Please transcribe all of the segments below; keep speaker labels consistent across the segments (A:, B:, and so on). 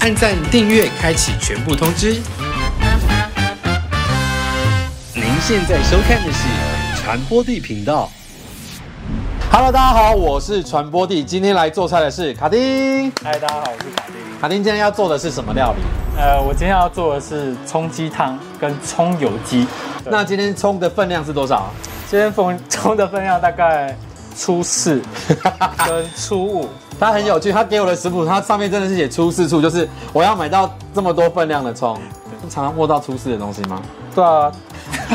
A: 按赞、订阅、开启全部通知。您现在收看的是传播地频道。Hello，大家好，我是传播地，今天来做菜的是卡丁。
B: 嗨，大家好，我是卡丁。
A: 卡丁今天要做的是什么料理？
B: 呃，我今天要做的是葱鸡汤跟葱油鸡。对
A: 那今天葱的分量是多少？
B: 今天逢葱的分量大概初四跟初五，
A: 它很有趣，它给我的食谱，它上面真的是写出四处，就是我要买到这么多分量的葱。常常握到出事的东西吗？
B: 对啊，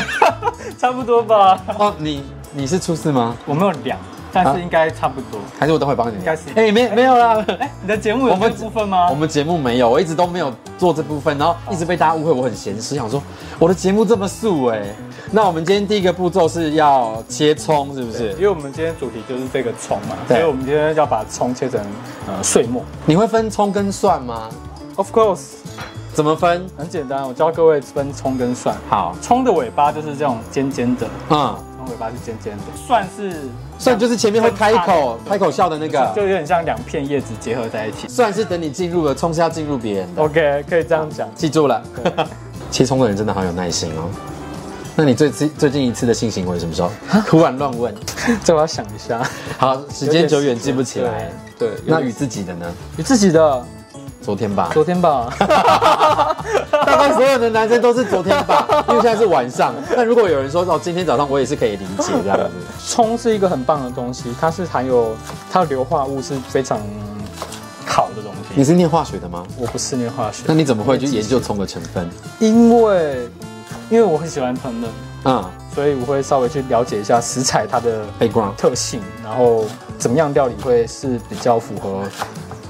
B: 差不多吧。
A: 哦，你你是出事吗？
B: 我没有量，但
A: 啊
B: 是应该差不多。
A: 还是我等会帮你量？
B: 应该是
A: 哎、没没有啦。
B: 哎、你的节目有
A: 我
B: 这
A: 们
B: 部分吗
A: 我？们节目没有，我一直都没有做这部分，然后一直被大家误会我很闲时想说我的节目这么素哎、那我们今天第一个步骤是要切葱，是不是
B: 因？为我们今天主题就是这个葱嘛，
A: 对
B: 所以我们今天要把葱切成呃碎末。
A: 你会分葱跟蒜吗？
B: Of course，
A: 怎么分？
B: 很简单，我教各位分葱跟蒜。
A: 好，
B: 葱的尾巴就是这种尖尖的，
A: 嗯，
B: 然后哦尾巴是尖尖的，蒜是
A: 蒜就是前面会开口
B: 分叉的
A: 开口笑的那
B: 就
A: 个，
B: 有点像两片叶子结合在一起。
A: 蒜是等你进入了，葱是要进入别人的，
B: OK，可以这样讲。
A: 记住了
B: 对。
A: 切葱的人真的好有耐心哦。那你最次最近一次的性行为什么时候？突然乱问，
B: 这我要想一下。
A: 好，时间久远记不起来。
B: 对，对
A: 那
B: 有
A: 与
B: 点
A: 自己的呢？
B: 与自己的
A: 昨天吧。
B: 昨天吧，
A: 大概所有的男生都是昨天吧，因为现在是晚上。但如果有人说哦，今天早上我也是可以理解这样子。
B: 葱是一个很棒的东西，它是含有它的硫化物是非常好的东
A: 你
B: 西。
A: 是念化学的吗？
B: 我不是念化学
A: 那，你怎么会去研究葱的成分？
B: 因为因为我很喜欢烹饪，
A: 嗯
B: 所以我会稍微去了解一下食材它的
A: ，background。
B: 特性，然后怎么样料理会是比较符合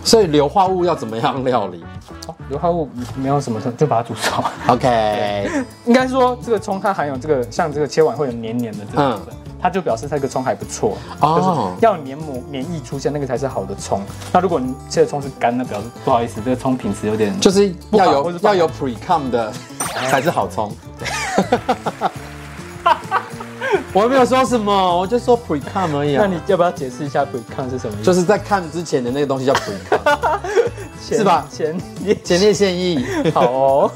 A: 所以硫化物要怎么样料理
B: 哦硫化物没有什么，就把它煮熟。
A: ？OK，
B: 应该说这个葱它含有这个像这个切完会有黏黏的这个部分，它就表示它这个葱还不错，
A: 嗯哦
B: 就是要有黏膜黏液出现，那个才是好的葱。那如果你切的葱是干的，表示不好意思，这个葱品质有点
A: 就是要
B: 不好或
A: 有
B: 是不
A: 要
B: 好
A: 有 pre com 的才是好葱。 我没有说什么，我就说 pre com 而已、啊。
B: 那你要不要解释一下 “pre-con” 是什么意思？
A: 就是在看之前的那个东西叫 pre com，
B: 是
A: 是吧
B: 前 你
A: 前列腺液。
B: 好哦，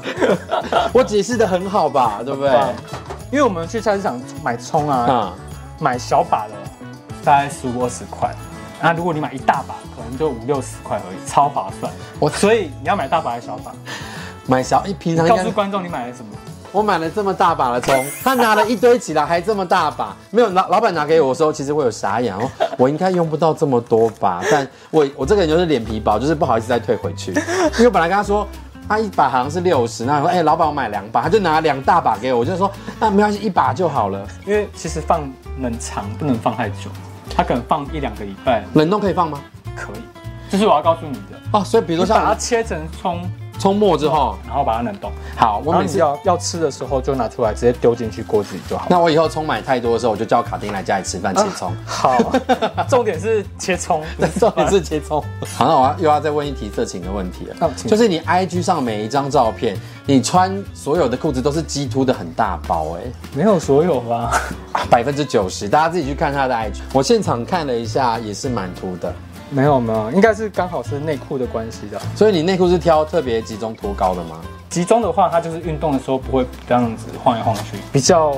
A: 我解释的很好吧，对不对？
B: 棒因为我们去菜市场买葱啊，
A: 啊、
B: 买小把的大概十五二十块，那如果你买一大把，可能就五六十块而已，超划算。
A: 我
B: 所以你要买大把还是小把？
A: 买小，一平常应
B: 告诉
A: 该
B: 观众你买了什么？
A: 我买了这么大把的 葱，他拿了一堆起来，还这么大把，没有老老板拿给我的时候，其实我有傻眼哦，我应该用不到这么多吧，但我我这个人就是脸皮薄，就是不好意思再退回去，因为我本来跟他说。他一把好像是六十，那我说哎、老板我买两把，他就拿两大把给我，我就说那没关系，一把就好了。
B: 因为其实放冷藏不能放太久，它可能放一两个礼拜
A: 冷冻可以放吗？
B: 可以。这是我要告诉你的，
A: 哦，所以比如
B: 你
A: 说
B: 把它
A: 像
B: 切成葱，
A: 葱末之后，
B: 然后把它冷冻。
A: 好，我
B: 然后
A: 每
B: 你
A: 次
B: 要要吃的时候就拿出来，直接丢进去锅子里就好。
A: 那我以后葱买太多的时候，我就叫卡丁来家里吃饭切
B: 啊
A: 葱。
B: 好， 重点是切 葱，
A: 重点是切葱。好，那我要又要再问一题色情的问题了
B: 哦，请
A: 就是你 IG 上每一张照片，你穿所有的裤子都是鸡突的很大包、
B: 没有所有吧？
A: 哎，百分之九十，大家自己去看他的 IG。我现场看了一下，也是蛮凸的，
B: 没有没有，应该是刚好是内裤的关系的。
A: 所以你内裤是挑特别集中脱高的吗？
B: 集中的话，它就是运动的时候不会这样子晃来晃去，比较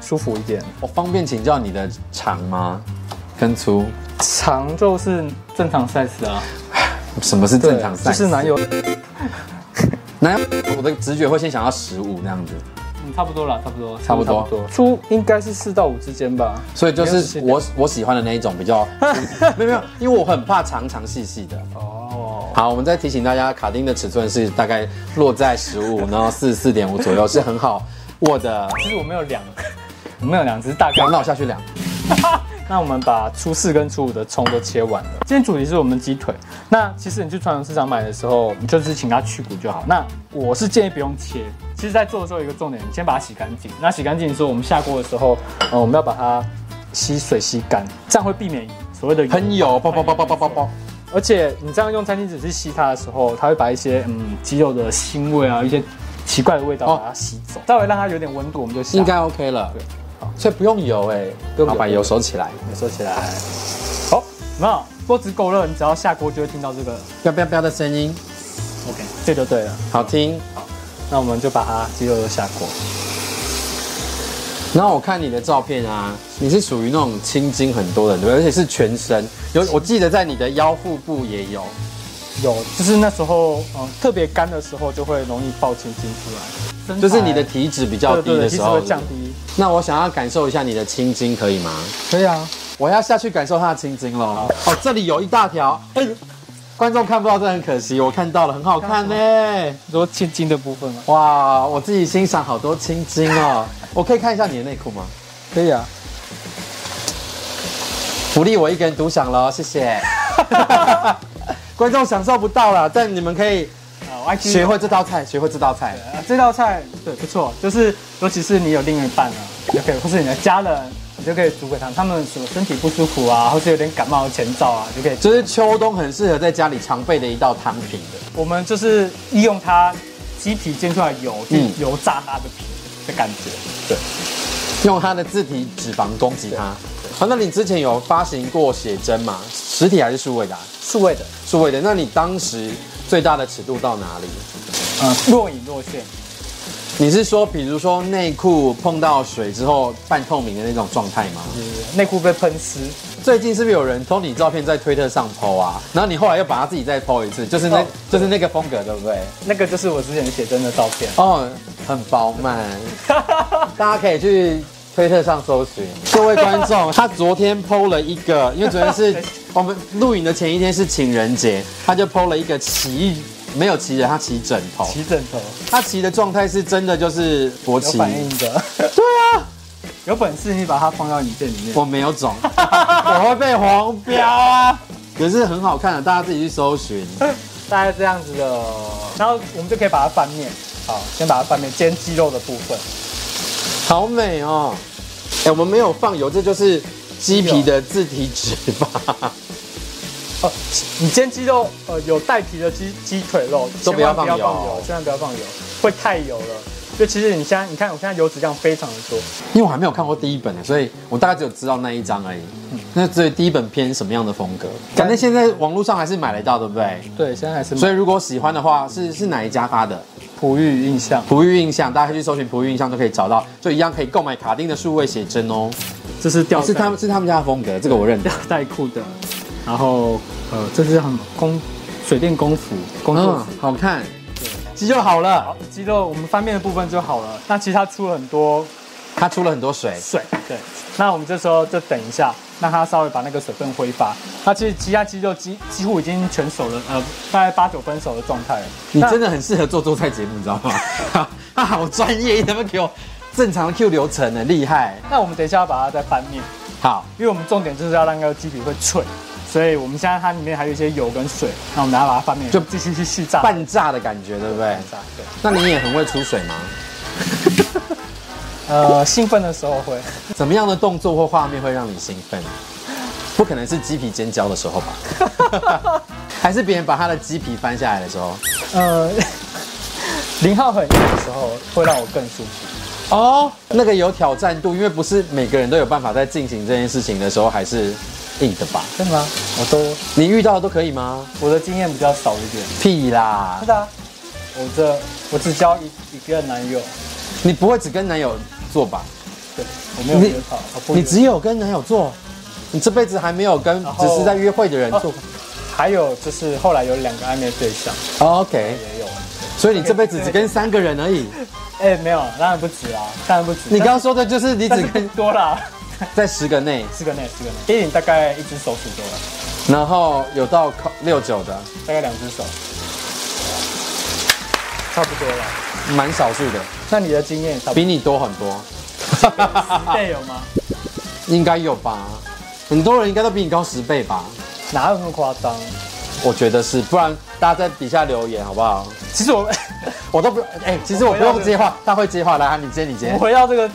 B: 舒服一点。
A: 我哦方便请教你的长吗？跟粗？
B: 长就是正常 size 啊，
A: 什么是
B: 对
A: 正常 size？
B: 就是男友，
A: 男友，我的直觉会先想到十五那样子，
B: 嗯，差不多啦，差不多，
A: 差不多
B: 粗应该是四到五之间吧。
A: 所以就
B: 没有十
A: 是
B: 七
A: 我我喜欢的那一种比 较，没有没有，因为我很怕长长细细的。
B: 哦，
A: 好，我们再提醒大家，卡丁的尺寸是大概落在十五，然后四四点五左右，是很好握的。
B: 其实我没有量， 我没有量，只是大概
A: 好，。那我下去量。
B: 那我们把初四跟初五的葱都切完了。今天主题是我们鸡腿。那其实你去传统市场买的时候，你就是请它去骨就好。那我是建议不用切。其实，在做的时候有一个重点，你先把它洗干净。那洗干净的时候，我们下锅的时候，呃，我们要把它吸水吸干，这样会避免所谓的油
A: 喷油，爆爆爆爆爆爆爆。
B: 而且你这样用餐巾纸去吸它的时候，它会把一些嗯鸡肉的腥味啊，一些奇怪的味道
A: 哦
B: 把它吸走，稍微让它有点温度，我们就下
A: 应该 OK 了
B: 对。
A: 所以不用油哎、
B: 不用油
A: 好把油收起来。
B: 收起来。好，有没有锅子够热，你只要下锅就会听到这个
A: 不要不要不要的声音。
B: OK。这就对了。
A: 好听。
B: 那我们就把它鸡肉都下锅。
A: 然后我看你的照片啊，你是属于那种青筋很多的，对不对？而且是全身，有我记得在你的腰腹部也有。
B: 有，就是那时候，嗯，特别干的时候就会容易爆青筋出来，
A: 就是你的体脂比较
B: 对
A: 低
B: 对对，
A: 的
B: 其
A: 时
B: 实
A: 候
B: 会，降低。
A: 那我想要感受一下你的青筋，可以吗？
B: 可以啊，
A: 我要下去感受它的青筋喽。哦，这里有一大条，哎、观众看不到，这很可惜。我看到了，很好看呢、
B: 你说青筋的部分吗？
A: 哇，我自己欣赏好多青筋哦。我可以看一下你的内裤吗？
B: 可以啊，
A: 福利我一个人独享喽，谢谢。观众享受不到啦，但你们可以
B: 啊，我爱
A: 学会这道菜，学会这道菜。
B: 呃这道菜，对，不错，就是尤其是你有另一半啊，你就可以，或是你的家人，你就可以煮给他们，他们什么身体不舒服啊，或是有点感冒的前兆啊，就可以。
A: 就是秋冬很适合在家里常备的一道汤品的，
B: 我们就是利用它鸡皮煎出来的油，去
A: 嗯
B: 油炸它的皮的感觉。
A: 用它的自体脂肪攻击它。好，那你之前有发行过写真吗？实体还是数位的、啊？
B: 是味的，
A: 数位的。那你当时最大的尺度到哪里？
B: 嗯，若隐若现。
A: 你是说，比如说内裤碰到水之后半透明的那种状态吗？
B: 就是内裤被喷湿，
A: 最近是不是有人偷你照片在推特上 PO 啊？然后你后来又把它自己再 PO 一次，就是那、
B: 哦
A: 就是那个风格，对不对？
B: 那个就是我之前写真的照片。
A: 哦，很饱满，大家可以去推特上搜寻。各位观众，他昨天 PO 了一 个，因为昨天是我们录影的前一天是情人节，他就 PO 了一个骑没有骑人，他骑枕头，
B: 起枕头，
A: 他骑的状态是真的就是勃
B: 有
A: 起。
B: 反应的。
A: 对啊，
B: 有本事你把它放到影片里面。
A: 我没有 肿，我会被黄标啊。可是很好看的，大家自己去搜寻。
B: 大概这样子的，然后我们就可以把它翻面。好，先把它翻面，煎鸡肉的部分。
A: 好美哦！哎、我们没有放油，这就是鸡皮的自体脂肪，
B: 哦，你煎鸡肉，呃，有带皮的鸡鸡腿肉
A: 都不要放油
B: 千万不要放油，千万不要放油，会太油了。就其实你现在，你看我现在油脂量非常的多，
A: 因为我还没有看过第一本呢，所以我大概只有知道那一张而已。那所以第一本偏什么样的风格？反正现在网络上还是买得到，对不对？
B: 对，现在还是
A: 所
B: 所以
A: 以如果喜欢的话，是是哪一家发的？
B: 璞玉印象，
A: 璞玉印象，大家去搜寻璞玉印象就可以找到，就一样可以购买卡丁的数位写真哦。
B: 这是吊
A: 哦，是
B: 带
A: 他们是他们家的风格，这个我认得
B: 吊。带裤的，然后呃，这是很工水电工服工作
A: 嗯
B: 服。，
A: 好看，
B: 嗯
A: 鸡就好了
B: 好。，鸡肉我们翻面的部分就好了。那其实它出了很多
A: 它出了很多水，
B: 水，对。那我们这时候就等一下，让它稍微把那个水分挥发。那其实其他鸡肉几几乎已经全熟了，呃，大概八九分熟的状态了。
A: 你
B: 那
A: 真的很适合做做菜节目，你知道吗？ 他好专业，你能不能给我正常的 Q 流程呢？厉害！
B: 那我们等一下要把它再翻面，
A: 好，
B: 因为我们重点就是要让那个鸡皮会脆，所以我们现在它里面还有一些油跟水，那我们等一下把它翻面，
A: 就
B: 就继续去续炸。
A: 半炸的感觉，对不对？
B: 炸对，
A: 那你也很会出水吗？
B: 呃，兴奋的时候会，
A: 怎么样的动作或画面会让你兴奋？不可能是鸡皮尖叫的时候 吧？还是别人把他的鸡皮翻下来的时候？
B: 呃， 零号很硬的时候会让我更舒服。
A: 哦，那个有挑战度，因为不是每个人都有办法在进行这件事情的时候还是硬的吧？
B: 真的吗？我都
A: 你遇到的都可以吗？
B: 我的经验比较少一点。
A: 屁啦
B: 是！的啊，我这我只交一一个男友，
A: 你不会只跟男友做吧？
B: 对我没有
A: 你
B: 约炮，我不约
A: 你只有跟男友做，你这辈子还没有跟
B: 然后
A: 只是在约会的人做。
B: 还有就是后来有两个暧昧对象
A: 哦 OK，
B: 也有，
A: 所以你这辈子只跟三个人而 已。
B: 哎、没有，当然不止啊，当然不止。
A: 你刚刚说的就是你
B: 但
A: 只
B: 是
A: 跟
B: 更多啦，
A: 在十个内，
B: 四个内四个内，一人大概一只手数多了，
A: 然后有到靠六九的，
B: 大概两只手，差不多了。
A: 蛮少数的，
B: 那你的经验差不
A: 比你多很多，
B: 多 倍有吗？
A: 应该有吧？很多人应该都比你高十倍吧？
B: 哪有那么夸张？
A: 我觉得是，不然大家在底下留言好不好？
B: 其实我
A: 我都不，哎、其实我不用接话，他会接话，来，你接，你接
B: 我。回到这个，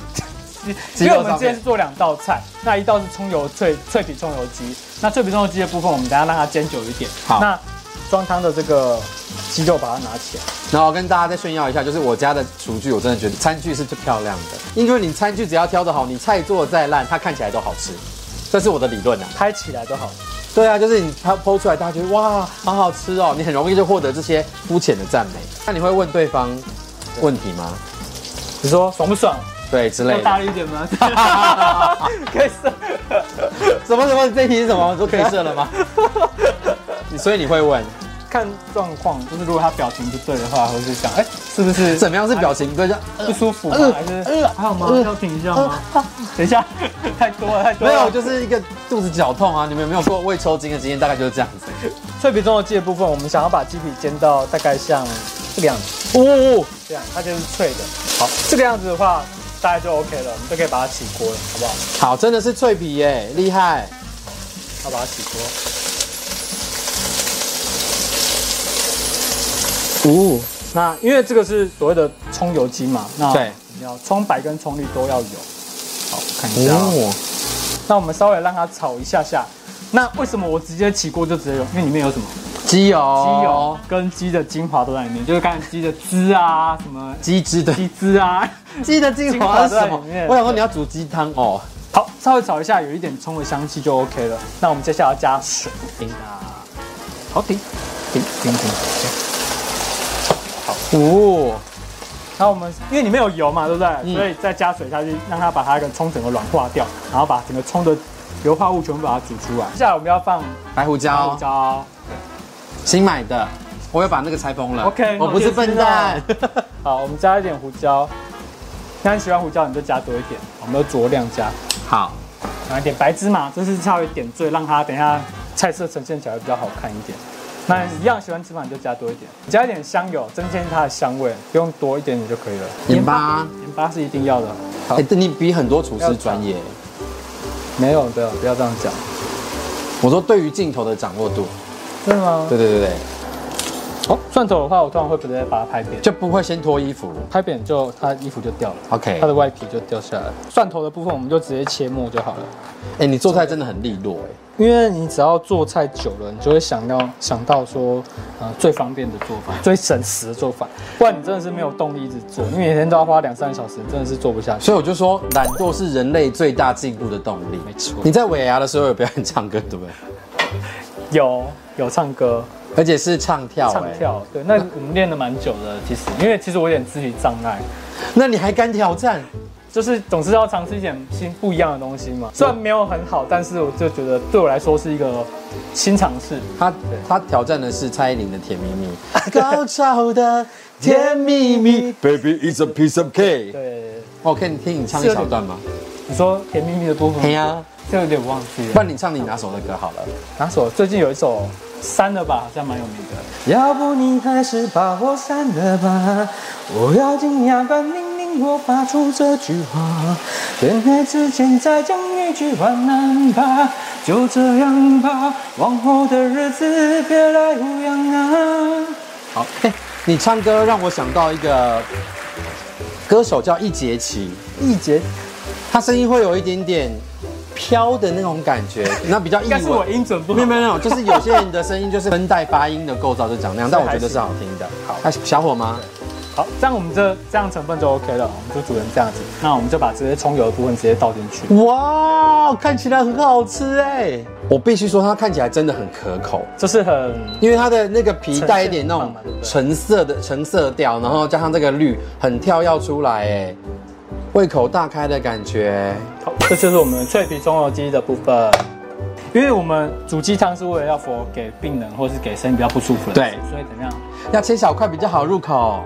A: 鸡
B: 因
A: 肉
B: 为我们
A: 上
B: 今天
A: 面
B: 是做两道菜，那一道是葱油脆脆皮葱油鸡，那脆皮葱油鸡的部分，我们等一下让它煎久一点。
A: 好
B: 那装汤的这个鸡肉把它拿起来，
A: 然后跟大家再炫耀一下，就是我家的厨具，我真的觉得餐具是最漂亮的，因为你餐具只要挑得好，你菜做得再烂，它看起来都好吃。这是我的理论啊。
B: 拍起来就好了。
A: 对啊，就是你它剖出来，大家觉得哇，好好吃哦，你很容易就获得这些肤浅的赞美。那你会问对方问题吗？
B: 你说爽不爽？
A: 对，之
B: 要
A: 类
B: 大
A: 的。
B: 力一点吗？ 可以射。
A: 什么什么？这题是什么？我说可以射了吗？你所以你会问，
B: 看状况，就是如果他表情不对的话，我就想，哎、是不是
A: 怎么样是表情对？就呃
B: 不舒服吗？
A: 呃
B: 还是
A: 呃
B: 还好吗？
A: 呃
B: 要停一下吗？等一下， 太多了，太多
A: 没
B: 了。
A: 有，就是一个肚子绞痛啊。你们有没有过胃抽筋的经验？大概就是这样子。
B: 脆皮中的鸡的部分，我们想要把鸡皮煎到大概像这个样子，
A: 哦，
B: 这样它就是脆的。好，这个样子的话，大概就 OK 了，我们就可以把它起锅了，好不好？
A: 好，真的是脆皮耶，厉害。
B: 要把它起锅。
A: 哦，
B: 那因为这个是所谓的葱油鸡嘛，那
A: 对，
B: 你要葱白跟葱绿都要有。好，看一下哦、
A: 哦，
B: 那我们稍微让它炒一下下。那为什么我直接起锅就直接用？因为里面有什么
A: 鸡油，
B: 鸡油，跟鸡的精华都在里面，就是刚才鸡的汁啊，什么
A: 鸡汁的
B: 鸡汁啊。
A: 鸡的精华是什么
B: 精华在里面？
A: 我想说你要煮鸡汤哦。
B: 好，稍微炒一下，有一点葱的香气就 OK 了。那我们接下来要加水，
A: 停
B: 啊，好停，停停停。
A: 哦，
B: 那我们因为里面有油嘛，对不对？
A: 嗯
B: 所以再加水下去，让它把它的葱整个软化掉，然后把整个葱的硫化物全部把它煮出来。接下来我们要放
A: 白胡
B: 胡
A: 椒，
B: 椒
A: 新买的，我又把那个拆封了。
B: ，OK，
A: 我不是笨蛋。
B: 我知道。好，我们加一点胡椒。那你喜欢胡椒，你就加多一点，我们都酌量加。
A: 好，
B: 然后一点白芝麻，这是稍微点缀，让它等一下菜色呈现起来会比较好看一点。那一样喜欢芝麻你就加多一点，加一点香油，增添它的香味，不用多一点点就可以了。
A: 盐巴，
B: 盐巴是一定要的，好
A: 哎，你比很多厨师专业。
B: 没有的不要这样讲，
A: 我说对于镜头的掌握度，
B: 真的吗？
A: 对对对对，
B: 哦，蒜头的话，我通常会直接把它拍扁，
A: 就不会先脱衣服。
B: 拍扁就它衣服就掉了，
A: OK，
B: 它的外皮就掉下来了。蒜头的部分我们就直接切末就好了。
A: 哎，你做菜真的很利落哎。
B: 因为你只要做菜久了，你就会想要想到说，呃，最方便的做法，最省时的做法，不然你真的是没有动力一直做，你每天都要花两三个小时，真的是做不下去。
A: 所以我就说，懒惰是人类最大进步的动力。
B: 没错
A: 你在尾牙的时候有表演唱歌对不对？
B: 有有唱歌，
A: 而且是唱跳
B: 唱
A: 哎。
B: 跳，对，那我们练的蛮久的，其实，因为其实我有点肢体障碍，
A: 那你还敢挑战？
B: 就是总是要尝试一点新不一样的东西嘛。虽然没有很好，但是我就觉得对我来说是一个新尝试。
A: 他他挑战的是蔡依林的《甜蜜 蜜》，高潮的甜蜜蜜，Baby is a piece of cake。
B: 对，
A: 我哦可以听你唱一小段吗？
B: 你说甜蜜蜜的部分，
A: 嘿呀，
B: 这有点忘记了
A: 不。然你唱你拿手的歌好了。
B: 哪首？最近有一首删了吧，好像蛮有名的。
A: 要
C: 要不你还是把我删了吧，我要尽量把命令我发出这句话。恋爱之前再讲一句晚安吧，就这样吧，往后的日子别来无恙啊。
A: 好，哎，你唱歌让我想到一个歌手叫易杰奇，
B: 易杰
A: 他声音会有一点点飘的那种感 觉，那比较
B: 应
A: 易
B: 该是我
A: 文。
B: 音准不
A: 没
B: 好
A: 有。没有没有，就是有些人的声音就是声带发音的构造就长那样，但我觉得是好听 的。
B: 好
A: 那小火吗？
B: 好，这样我们这这样成分就 OK 了，我们就煮成这样子。那我们就把这些葱油的部分直接倒进去。
A: 哇，看起来很好吃哎！我必须说，它看起来真的很可口，
B: 这是很
A: 因为它的那个皮带一点那种
B: 呈现很棒嘛对不对
A: 橙色的橙色调，然后加上这个绿，很跳跃出来哎，胃口大开的感觉。
B: 好，这就是我们脆皮葱油鸡的部分。因为我们煮鸡汤是为了要服给病人或是给身体比较不舒服的人吃，
A: 对
B: 所以怎么样？
A: 要切小块比较好入口，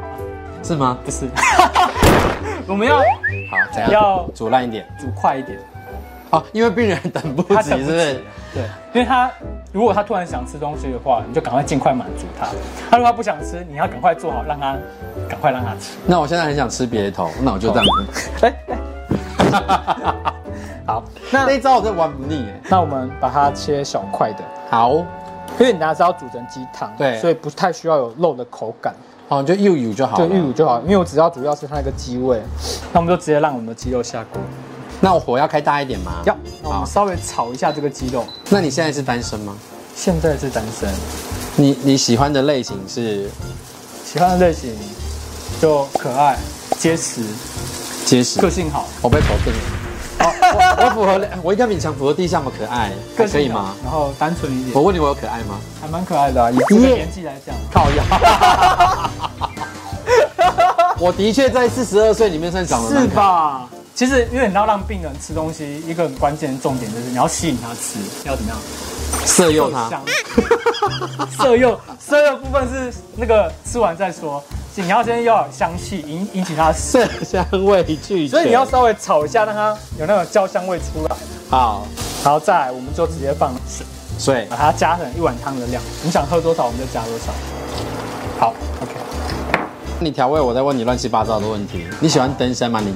A: 是吗？
B: 不是， 我们要
A: 好，怎样？
B: 要
A: 煮烂一点
B: 煮快一点，
A: 哦，因为病人等不及，
B: 等
A: 是
B: 不
A: 不 是？
B: 对，因为他如果他突然想吃东西的话，你就赶快尽快满足他；他如果他不想吃，你要赶快做好，让他赶快让他吃。
A: 那我现在很想吃别的头，那我就这样。
B: 哎、哎，
A: 哎
B: 好，那
A: 那一招我真的玩不腻哎。
B: 那我们把它切小块的，
A: 好，
B: 因为你拿是要煮成鸡汤，
A: 对
B: 所以不太需要有肉的口感，
A: 好，就又有就好
B: 就
A: 了。
B: 玉乳就好。因为我只要主要是它那个鸡味，那我们就直接让我们的鸡肉下锅，
A: 那我火要开大一点吗？
B: 要，那我
A: 好
B: 们稍微炒一下这个鸡肉。
A: 那你现在是单身吗？
B: 现在是单身，
A: 你你喜欢的类型是
B: 喜欢的类型就可爱、结实、
A: 结实
B: 个？性好。
A: 我被否定了。哦我我符合，我应该勉强符合第一项，我可爱，还可以吗？？
B: 然后单纯一
A: 我
B: 点，
A: 问你，我有可爱吗？
B: 还蛮可爱的、啊，以这个
A: 耶
B: 年纪来讲，
A: 靠腰。我的确在四十二岁里面算 长得
B: 是
A: 蛮看？
B: 吧？其实，因为你要让病人吃东西，一个很关键的重点就是你要吸引他吃，要怎么样？
A: 色诱他，
B: 色诱，色诱部分是那个吃完再说，你要先要有香气引引起他吃，
A: 色香味俱全。
B: 所以你要稍微炒一下，让它有那种焦香味出来，
A: 好
B: 然后再来我们就直接放水，
A: 水
B: 把它加成一碗汤的量，你想喝多少我们就加多少。好，OK。
A: 你调味，我在问你乱七八糟的问题。你喜欢登山吗？你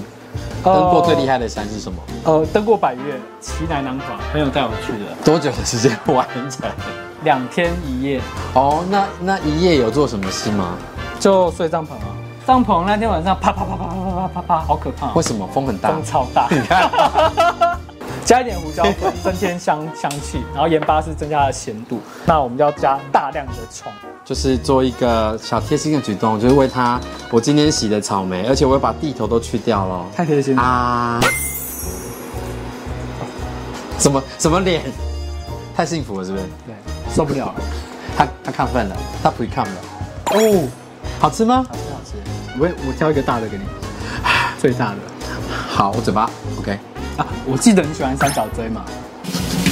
A: 登过最厉害的山是什么？
B: 呃，登过百越，奇南南华，朋友带我去的，
A: 多久的时间完成？
B: 两天一夜，
A: 哦，那那一夜有做什么事吗？
B: 就睡帐篷啊。帐篷那天晚上啪啪啪啪啪啪啪啪啪，好可怕、
A: 为什么风很大
B: 风？超大。
A: 你看，
B: 加一点胡椒粉，增添香香气，然后盐巴是增加它的咸度。那我们要加大量的葱，
A: 就是做一个小贴心的举动，就是为他，我今天洗的草莓，而且我会把地头都去掉了。
B: 太贴心了。
A: 啊！什么什么脸？太幸福了，是不是？
B: 对，受不了了。
A: 他他亢奋了，他不亢了。
B: 哦，
A: 好吃吗？
B: 很好吃。我我挑一个大的给你，啊最大的
A: 好，我嘴巴 OK。
B: 啊！我记得你喜欢三角锥嘛，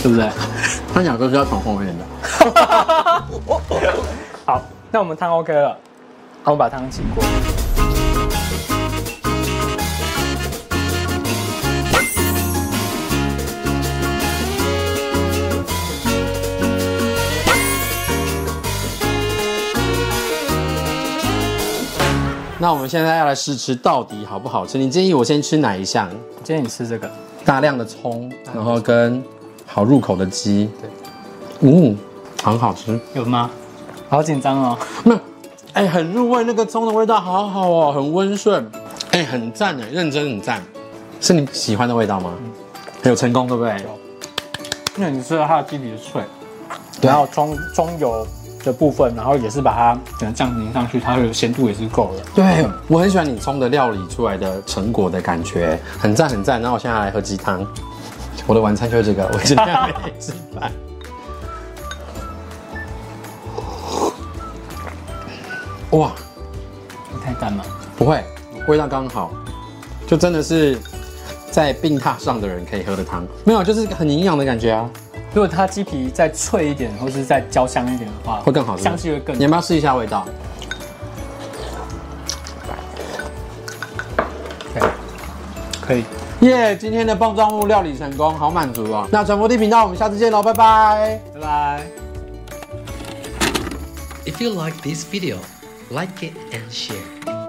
B: 对不对？
A: 他两个是要从后面的。
B: 好，那我们汤 OK 了，好，我们把汤起锅。
A: 那我们现在要来试吃到底好不好吃？你建议我先吃哪一项？
B: 今天你吃这个，
A: 大量的葱，然后跟好入口的鸡。
B: 对，
A: 嗯，很好吃。
B: 有吗？好紧张哦。
A: 那，哎，很入味，那个葱的味道好好哦，很温顺，哎，很赞哎，认真很赞，是你喜欢的味道吗？嗯有成功对不对？
B: 因为你吃了它的鸡皮是脆，然后葱葱油的部分，然后也是把它可能酱淋上去，它的咸度也是够的。
A: 对，我很喜欢你葱的料理出来的成果的感觉，很赞很赞。那我现在来喝鸡汤，我的晚餐就是这个，我今天没吃饭。 哇，
B: 太淡了。
A: 不会，味道刚好，就真的是在病榻上的人可以喝的汤，没有，就是很营养的感觉啊，
B: 如果它鸡皮再脆一点，或是再焦香一点的话，
A: 会更好吃。
B: 香气会更
A: 你。要不要试一下味道？
B: 可以。
A: 耶、今天的棒状物料理成功，好满足哦。那传播地频道，我们下次见喽，拜拜。
B: 拜拜。
D: If you like this video, like it and share.